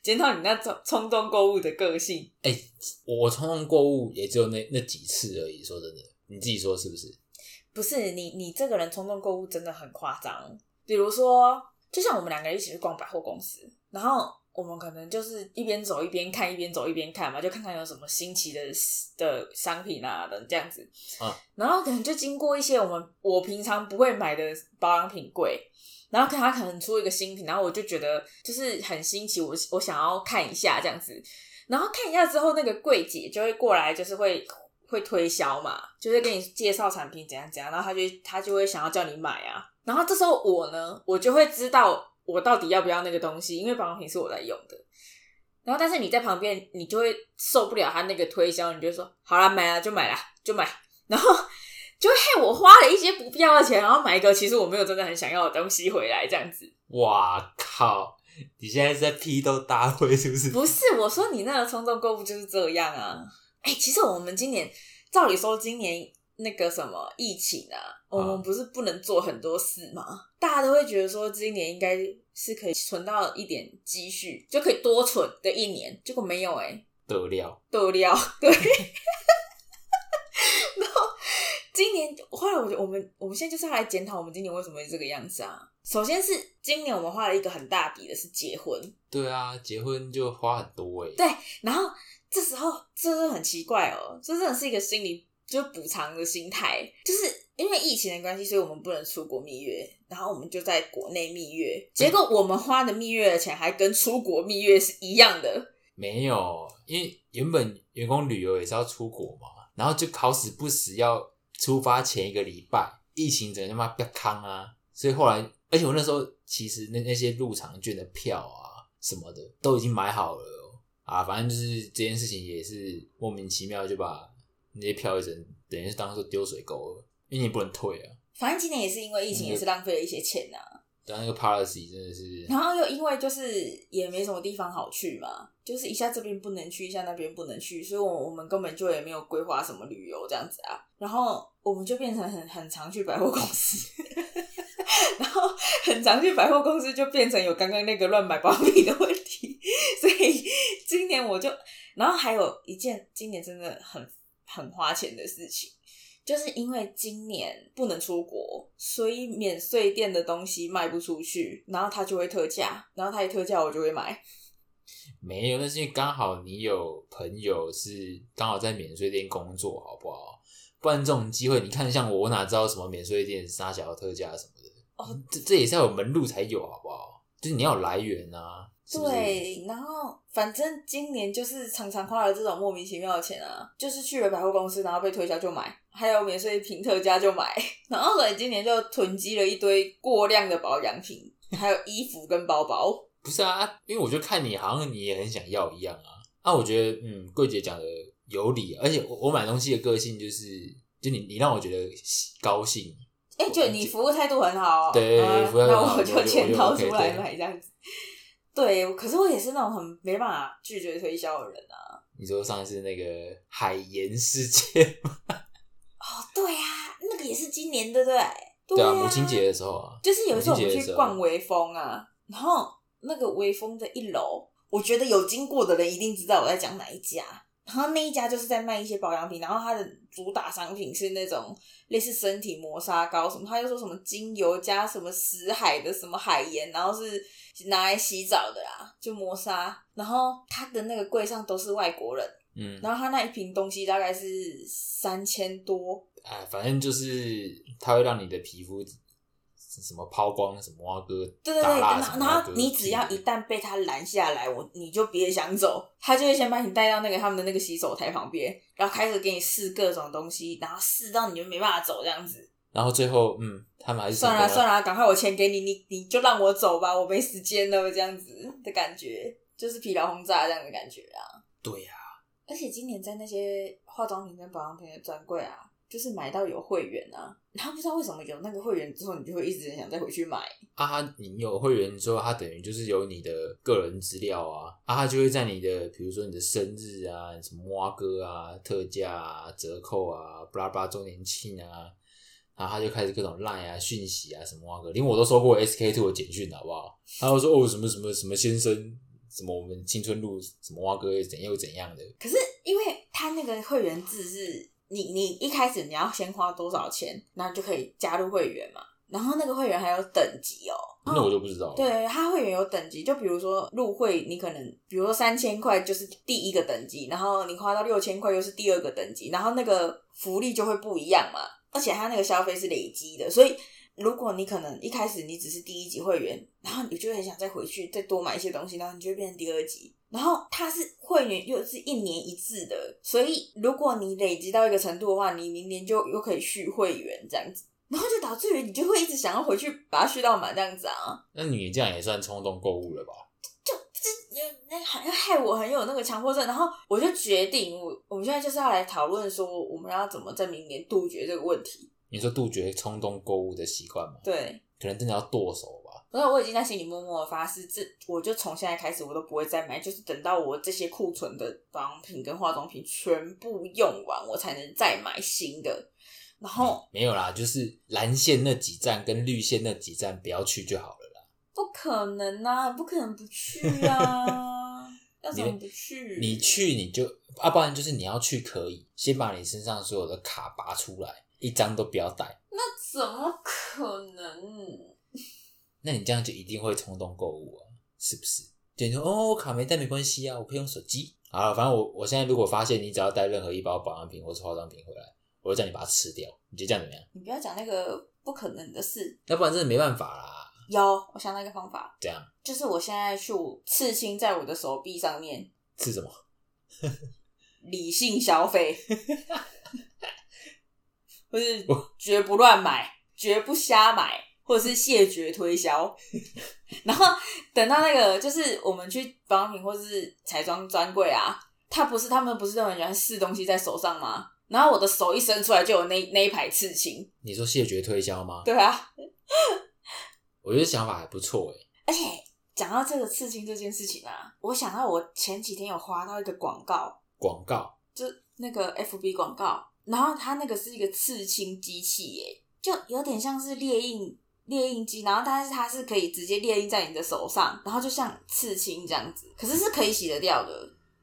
检讨你那种冲动购物的个性。我我冲动购物也只有那那几次而已。说真的，你自己说是不是？不是你，你这个人冲动购物真的很夸张。比如说，就像我们两个一起去逛百货公司，然后我们可能就是一边走一边看，一边走一边看嘛，就看看有什么新奇的的商品啊等这样子。啊然后可能就经过一些我们我平常不会买的保养品柜，然后看它可能出一个新品，然后我就觉得就是很新奇，我我想要看一下这样子。然后看一下之后，那个柜姐就会过来，就是会会推销嘛，就是跟你介绍产品怎样怎样，然后他就他就会想要叫你买啊。然后这时候我呢，我就会知道我到底要不要那个东西，因为保养品是我在用的。然后但是你在旁边，你就会受不了他那个推销，你就说好啦，买啦就买啦就买，然后就会害我花了一些不必要的钱，然后买一个其实我没有真的很想要的东西回来这样子。哇靠！你现在是在批斗大会是不是？ 不是，我说你那个冲动购物就是这样啊。哎、其实我们今年，照理说今年那个什么疫情啊，我们不是不能做很多事吗？大家都会觉得说今年应该是可以存到一点积蓄，就可以多存的一年，结果没有哎、得了，斗料， 对。然后今年后来我就我们我们现在就是要来检讨我们今年为什么会这个样子啊。首先是今年我们花了一个很大笔的是结婚，对啊，结婚就花很多哎、对然后这时候这是很奇怪哦，这真的是一个心理就是补偿的心态，就是因为疫情的关系，所以我们不能出国蜜月，然后我们就在国内蜜月，结果我们花的蜜月的钱还跟出国蜜月是一样的，没有，因为原本员工旅游也是要出国嘛，然后就好死不死要出发前一个礼拜，疫情整个他妈啪康啊！所以后来，而且我那时候其实那那些入场券的票啊什么的都已经买好了哦、啊，反正就是这件事情也是莫名其妙就把那些票一整等于是当做丢水沟了，因为你不能退啊。反正今年也是因为疫情，也是浪费了一些钱啊呐、但那个 policy 真的是然后又因为就是也没什么地方好去嘛，就是一下这边不能去，一下那边不能去，所以我我们根本就也没有规划什么旅游这样子啊。然后我们就变成很很常去百货公司， 然后很常去百货公司就变成有刚刚那个乱买保养品的问题。所以今年我就，然后还有一件今年真的很很花钱的事情。就是因为今年不能出国，所以免税店的东西卖不出去，然后它就会特价，然后它一特价我就会买。没有，那是因为刚好你有朋友是刚好在免税店工作，好不好？不然这种机会，你看像我，我哪知道什么免税店杀小特价什么的？嗯哦，这这也是要有门路才有，好不好？就是你要有来源啊，是不是？对，然后反正今年就是常常花了这种莫名其妙的钱啊，就是去了百货公司，然后被推销就买，还有免税品特价就买， 然后所以今年就囤积了一堆过量的保养品，还有衣服跟包包。不是啊，因为我就看你好像你也很想要一样啊。啊，我觉得嗯，桂姐讲的有理啊，而且我我买东西的个性就是，就你你让我觉得喜高兴，哎、就你服务态度很好哦，对啊服务态度很那好我我就就钱掏出我就来 OK，买这样子。对，可是我也是那种很没办法拒绝推销的人啊。你说上一次那个海盐事件， 哦，对啊，那个也是今年，对不对？对对啊，母亲节的时候啊，就是有一次我母们亲节的去时候逛微风啊，然后那个微风的一楼，我觉得有经过的人一定知道我在讲哪一家。然后那一家就是在卖一些保养品，然后它的主打商品是那种类似身体磨砂膏什么，他就说什么精油加什么死海的什么海盐，然后是拿来洗澡的啦，就磨砂。然后它的那个柜上都是外国人，嗯，然后它那一瓶东西大概是三千多，哎，反正就是它会让你的皮肤什么抛光、什么蛙哥对对对，打蜡然什后么然蛙后哥你只要一旦被他拦下来，我你就别想走，他就会先把你带到那个他们的那个洗手台旁边，然后开始给你试各种东西，然后试到你就没办法走这样子。然后最后嗯，他们还是算了算了，了，赶快我钱给你，你你就让我走吧，我没时间了这样子的感觉，就是疲劳轰炸这样的感觉啊。对呀、而且今年在那些化妆品跟保养品的专柜啊，就是买到有会员啊，然后不知道为什么有那个会员之后，你就会一直很想再回去买。啊，啊，你有会员之后，他等于就是有你的个人资料啊，啊，他就会在你的比如说你的生日啊、什么蛙哥啊、特价啊、折扣啊、布拉布拉周年庆啊，然后他就开始各种 line 啊、讯息啊什么蛙哥，连我都收过 SK two 的简讯，好不好？他就说哦什么什么什么先生，什么我们青春路什么蛙哥又怎样又怎样的。可是因为他那个会员制是，你你一开始你要先花多少钱，然后就可以加入会员嘛。然后那个会员还有等级哦。那我就不知道了。，对，它会员有等级，就比如说入会，你可能比如说三千块就是第一个等级，然后你花到六千块又是第二个等级，然后那个福利就会不一样嘛。而且它那个消费是累积的，所以如果你可能一开始你只是第一级会员，然后你就会很想再回去再多买一些东西，然后你就会变成第二级。然后它是会员又是一年一次的，所以如果你累积到一个程度的话，你明年就又可以续会员这样子，然后就导致于你就会一直想要回去把它续到满这样子啊。那你这样也算冲动购物了吧？这那好像害我很有那个强迫症，然后我就决定，我我们现在就是要来讨论说，我们要怎么在明年杜绝这个问题。你说杜绝冲动购物的习惯吗？对，可能真的要剁手吧。所以我已经在心里默默的发誓，这我就从现在开始，我都不会再买，就是等到我这些库存的保养品跟化妆品全部用完，我才能再买新的。然后没有啦，就是蓝线那几站跟绿线那几站不要去就好了啦。不可能啊，不可能不去 啊，要怎么不去？你去你就啊，不然就是你要去可以，先把你身上所有的卡拔出来，一张都不要带。那怎么可能？那你这样就一定会冲动购物啊，是不是？就你说哦，我卡没带没关系啊，我可以用手机。好了，反正我我现在如果发现你只要带任何一包保养品或是化妆品回来，我就叫你把它吃掉。你觉得这样怎么样？你不要讲那个不可能的事。要不然真的没办法啦。有，我想到一个方法，这样就是我现在去刺青在我的手臂上面，是什么？理性消费， 或是我绝不乱买，绝不瞎买，或者是谢绝推销。 然后等到那个就是我们去保养品或是彩妆专柜啊，他不是他们不是都很喜欢试东西在手上吗？然后我的手一伸出来就有那那一排刺青，你说谢绝推销吗？对啊，我觉得想法还不错欸诶、而且讲到这个刺青这件事情啊，我想到我前几天有划到一个广告，广告就那个 FB 广告，然后它那个是一个刺青机器耶，就有点像是猎印猎印机，然后但是它是可以直接猎印在你的手上，然后就像刺青这样子，可是是可以洗得掉的。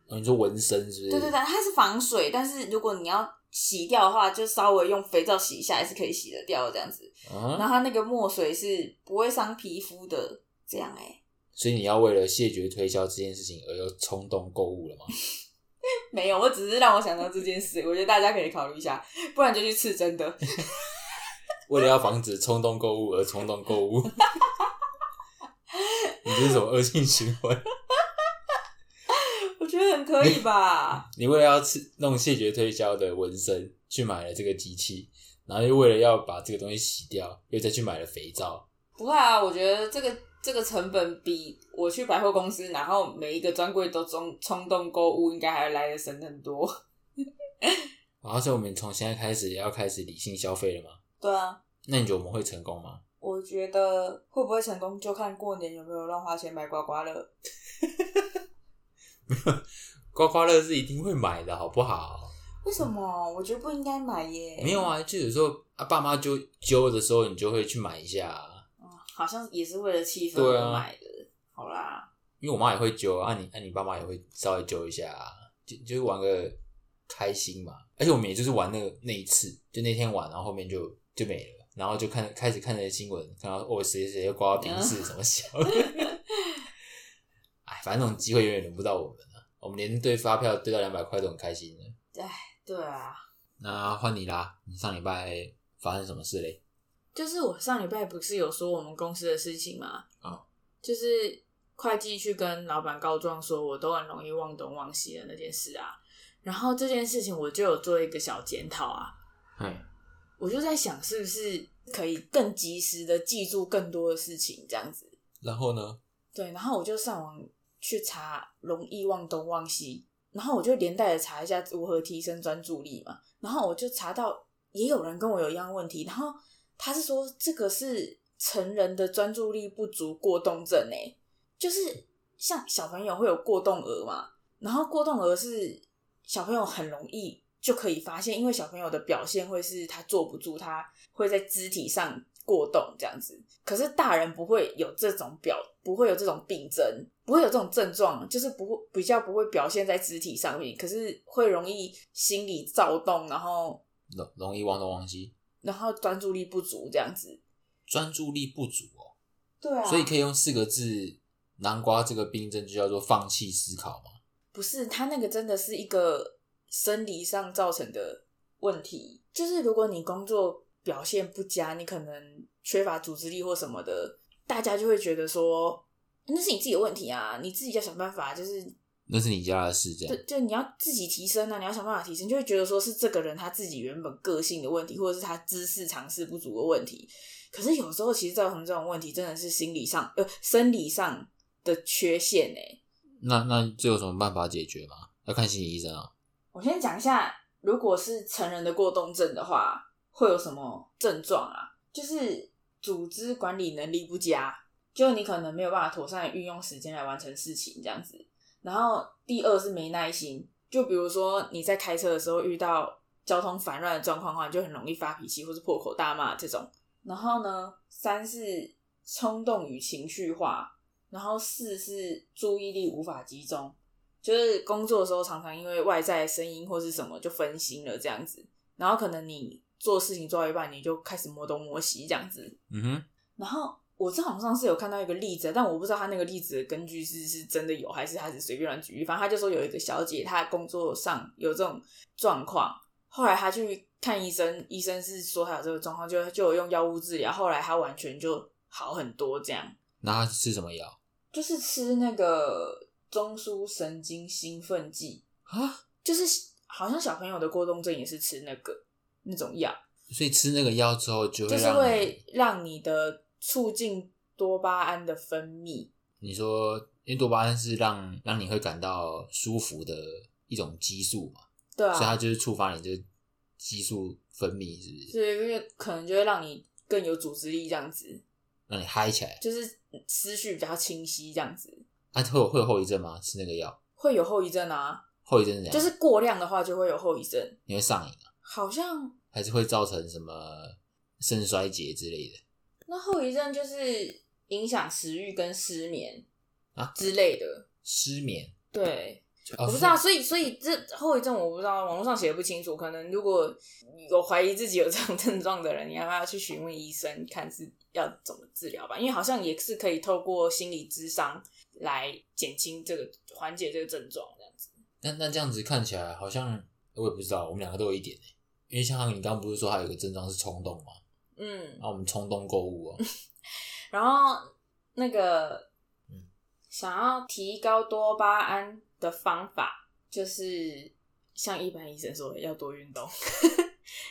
哦你说纹身是不是？对对对，它是防水，但是如果你要洗掉的话，就稍微用肥皂洗一下，还是可以洗得掉的这样子。然啊，后它那个墨水是不会伤皮肤的，这样哎。所以你要为了谢绝推销这件事情而又冲动购物了吗？ 没有，我只是让我想到这件 事，我觉得大家可以考虑一下，不然就去刺针的。为了要防止冲动购物而冲动购物， 你这是什么恶性循环？我觉得很可以吧？ 你为了要吃弄谢绝推销的纹身，去买了这个机器，然后又为了要把这个东西洗掉，又再去买了肥皂，不会啊，我觉得这个这个成本比我去百货公司，然后每一个专柜都冲冲动购物，应该还来的省很多。然啊后所以我们从现在开始也要开始理性消费了吗？对啊，那你觉得我们会成功吗？我觉得会不会成功，就看过年有没有乱花钱买刮刮乐。刮刮乐是一定会买的，好不好？为什么？我觉得不应该买耶。没有啊，就有时候啊，爸妈揪揪的时候，你就会去买一下、啊，嗯，好像也是为了气氛对啊而买的。好啦，因为我妈也会揪啊，啊你啊你爸妈也会稍微揪一下、啊，就就是玩个开心嘛。而且我们也就是玩那个那一次，就那天玩，然后后面就就没了，然后就看开始看那些新闻，看到哦谁谁谁又刮到冰室什么小的， 哎，反正那种机会永远轮不到我们了、我们连对发票对到两百块都很开心的。对啊，那换你啦，你上礼拜发生什么事嘞？就是我上礼拜不是有说我们公司的事情吗？啊就是会计去跟老板告状说我都很容易忘东忘西的那件事啊。然后这件事情我就有做一个小检讨啊，哎，我就在想是不是可以更及时的记住更多的事情这样子。然后呢？对，然后我就上网去查容易忘东忘西，然后我就连带的查一下如何提升专注力嘛。然后我就查到也有人跟我有一样的问题，然后他是说这个是成人的专注力不足过动症诶、就是像小朋友会有过动儿嘛，然后过动儿是小朋友很容易就可以发现，因为小朋友的表现会是他坐不住，他会在肢体上过动这样子。可是大人不会有这种表，不会有这种病症，不会有这种症状，就是不会比较不会表现在肢体上面，可是会容易心理躁动，然后容容易忘东忘西，然后专注力不足这样子。专注力不足哦。对啊，所以可以用四个字“南瓜”这个病症，就叫做放弃思考嘛。不是他那个真的是一个生理上造成的问题，就是如果你工作表现不佳，你可能缺乏组织力或什么的，大家就会觉得说那是你自己的问题啊，你自己要想办法，就是那是你家的事，这就样就你要自己提升啊，你要想办法提升，就会觉得说是这个人他自己原本个性的问题，或者是他知识尝试不足的问题。可是有时候其实造成这种问题，真的是心理上呃生理上的缺陷哎、那那这有什么办法解决吗？要看心理医生啊。我先讲一下，如果是成人的过动症的话，会有什么症状啊？就是组织管理能力不佳，就你可能没有办法妥善地运用时间来完成事情这样子。然后第二是没耐心，就比如说你在开车的时候遇到交通烦乱的状况的话，你就很容易发脾气或是破口大骂这种。然后呢，三是冲动与情绪化，然后四是注意力无法集中，就是工作的时候常常因为外在的声音或是什么就分心了这样子，然后可能你做事情做到一半你就开始摸东摸西这样子，嗯哼，然后我这好像是有看到一个例子，但我不知道他那个例子的根据是是真的有，还是他只随便乱举例。反正他就说有一个小姐，她工作上有这种状况，后来她去看医生，医生是说她有这个状况，就就有用药物治疗，后来她完全就好很多，这样那他吃什么药就是吃那个中枢神经兴奋剂，啊？就是好像小朋友的过动症也是吃那个那种药。所以吃那个药之后，就会就是让会让你的促进多巴胺的分泌，你你说，因为多巴胺是让让你会感到舒服的一种激素嘛，对啊，所以它就是触发你这激素分泌，是不是？所以因为可能就会让你更有组织力，这样子，让你嗨起来。就是思绪比较清晰，这样子啊，会有会有后遗症吗？吃那个药会有后遗症啊。后遗症是怎样？就是过量的话就会有后遗症，你会上瘾啊，好像还是会造成什么肾衰竭之类的？那后遗症就是影响食欲跟失眠啊之类的。失眠？对，哦我不知道，所以所以这后遗症我不知道，网络上写的不清楚。可能如果有怀疑自己有这种症状的人，你要不要去询问医生，看是要怎么治疗吧？因为好像也是可以透过心理咨商来减轻这个缓解这个症状这样子。那那这样子看起来好像我也不知道，我们两个都有一点、欸、因为像你刚刚不是说还有一个症状是冲动嘛？嗯，那、我们冲动购物哦、然后那个嗯想要提高多巴胺的方法，就是像一般医生说的要多运动。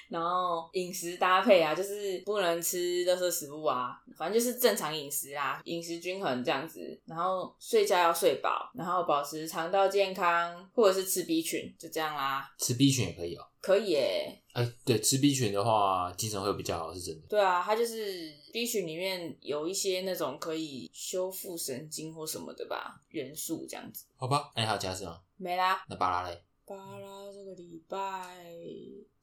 然后饮食搭配啊，就是不能吃垃圾食物啊，反正就是正常饮食啊，饮食均衡这样子。然后睡觉要睡饱，然后保持肠道健康，或者是吃 B 群，就这样啦。吃 B 群也可以哦、可以耶，哎、对，吃 B 群的话，精神会比较好，是真的。对啊，它就是 B 群里面有一些那种可以修复神经或什么的吧元素这样子。好吧，哎那、你还有加事吗？没啦，那巴拉嘞，巴拉这个礼拜，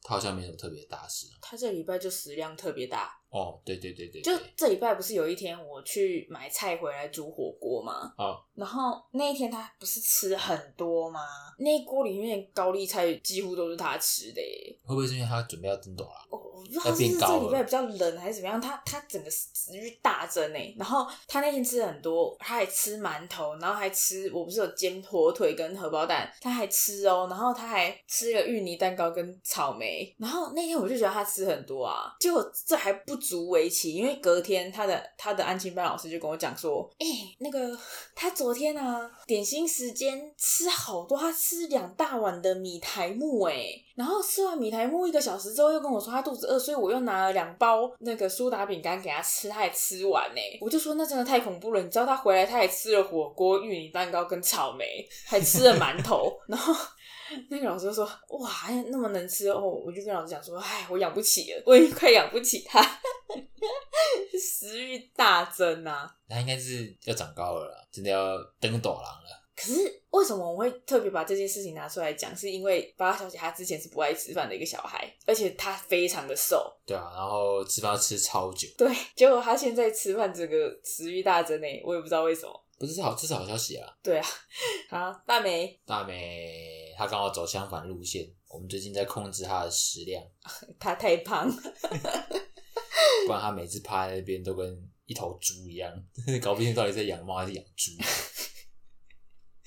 他好像没什么特别的大事啊它这礼拜就食量特别大，哦。对对对对就对这礼拜不是有一天我去买菜回来煮火锅吗？哦然后那一天他不是吃很多吗？那一锅里面高丽菜几乎都是他吃的耶。会不会是因为他准备要登岛啦？我哦我不知道是不要是变高这了礼拜比较冷还是怎么样，他他整个食欲大增哎。然后他那天吃很多，他还吃馒头，然后还吃我不是有煎火腿跟荷包蛋，他还吃哦，然后他还吃了芋泥蛋糕跟草莓。然后那天我就觉得他吃很多啊，结果这还不足为奇，因为隔天他的他的安亲班老师就跟我讲说，哎、那个他昨天啊点心时间吃好多，他吃两大碗的米苔木哎、然后吃完米苔木一个小时之后又跟我说他肚子饿，所以我又拿了两包那个苏打饼干给他吃，他也吃完哎、我就说那真的太恐怖了，你知道他回来他也吃了火锅、芋泥蛋糕跟草莓，还吃了馒头， 然后。那个老师就说：“哇，那么能吃哦！”我就跟老师讲说：“哎，我养不起了，我已经快养不起他， 食欲大增啊！”他应该是要长高了啦，真的要登岛郎了。可是为什么我会特别把这件事情拿出来讲？是因为巴拉小姐她之前是不爱吃饭的一个小孩，而且她非常的瘦，对啊，然后吃饭要吃超久，对，结果她现在吃饭整个食欲大增欸诶，我也不知道为什么。不是好，这是好消息啊。对啊，好，大美，大美她刚好走相反路线，我们最近在控制她的食量。她太胖，不然他每次趴在那边都跟一头猪一样， 搞不清到底在养猫还是养猪。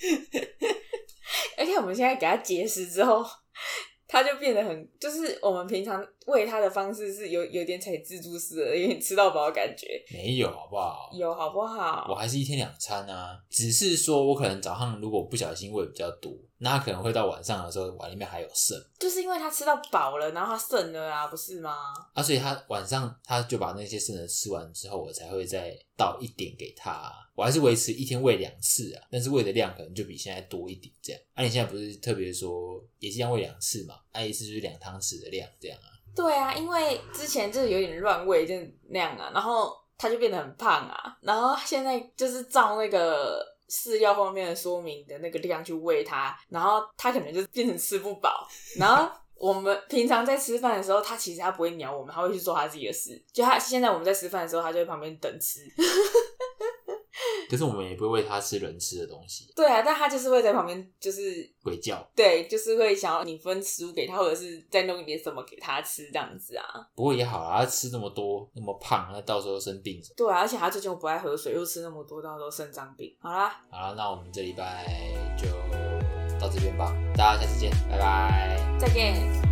而且我们现在给它节食之后， 它就变得很，就是我们平常喂它的方式是有有点踩蜘蛛丝的，有点吃到饱的感觉，没有好不好？有好不我好？还是一天两餐啊，只是说我可能早上如果不小心喂比较多，那他可能会到晚上的时候碗里面还有剩就是因为它吃到饱了，然后它剩了啊，不是吗？啊，所以他晚上他就把那些剩的吃完之后，我才会再倒一点给他啊、我还是维持一天喂两次啊，但是喂的量可能就比现在多一点这样。啊，你现在不是特别说也是一样喂两次嘛？啊，一次就是两汤匙的量这样啊。对啊，因为之前就是有点乱喂，就是那样啊，然后他就变得很胖啊，然后现在就是照那个饲料方面的说明的那个量去喂它，然后它可能就变成吃不饱，然后。我们平常在吃饭的时候，它其实它不会鸟我们，它会去做它自己的事。就它现在我们在吃饭的时候，它就在旁边等吃。 可是我们也不会喂他吃人吃的东西，对啊，但它就是会在旁边，就是鬼叫。对，就是会想要你分食物给它，或者是再弄一点什么给它吃这样子啊。不过也好啊，他吃那么多，那么胖，那到时候生病什么。对啊，而且他最近又不爱喝水，又吃那么多，到时候肾脏病。好啦，好了，那我们这礼拜就到这边吧，大家下次见，拜拜。再见。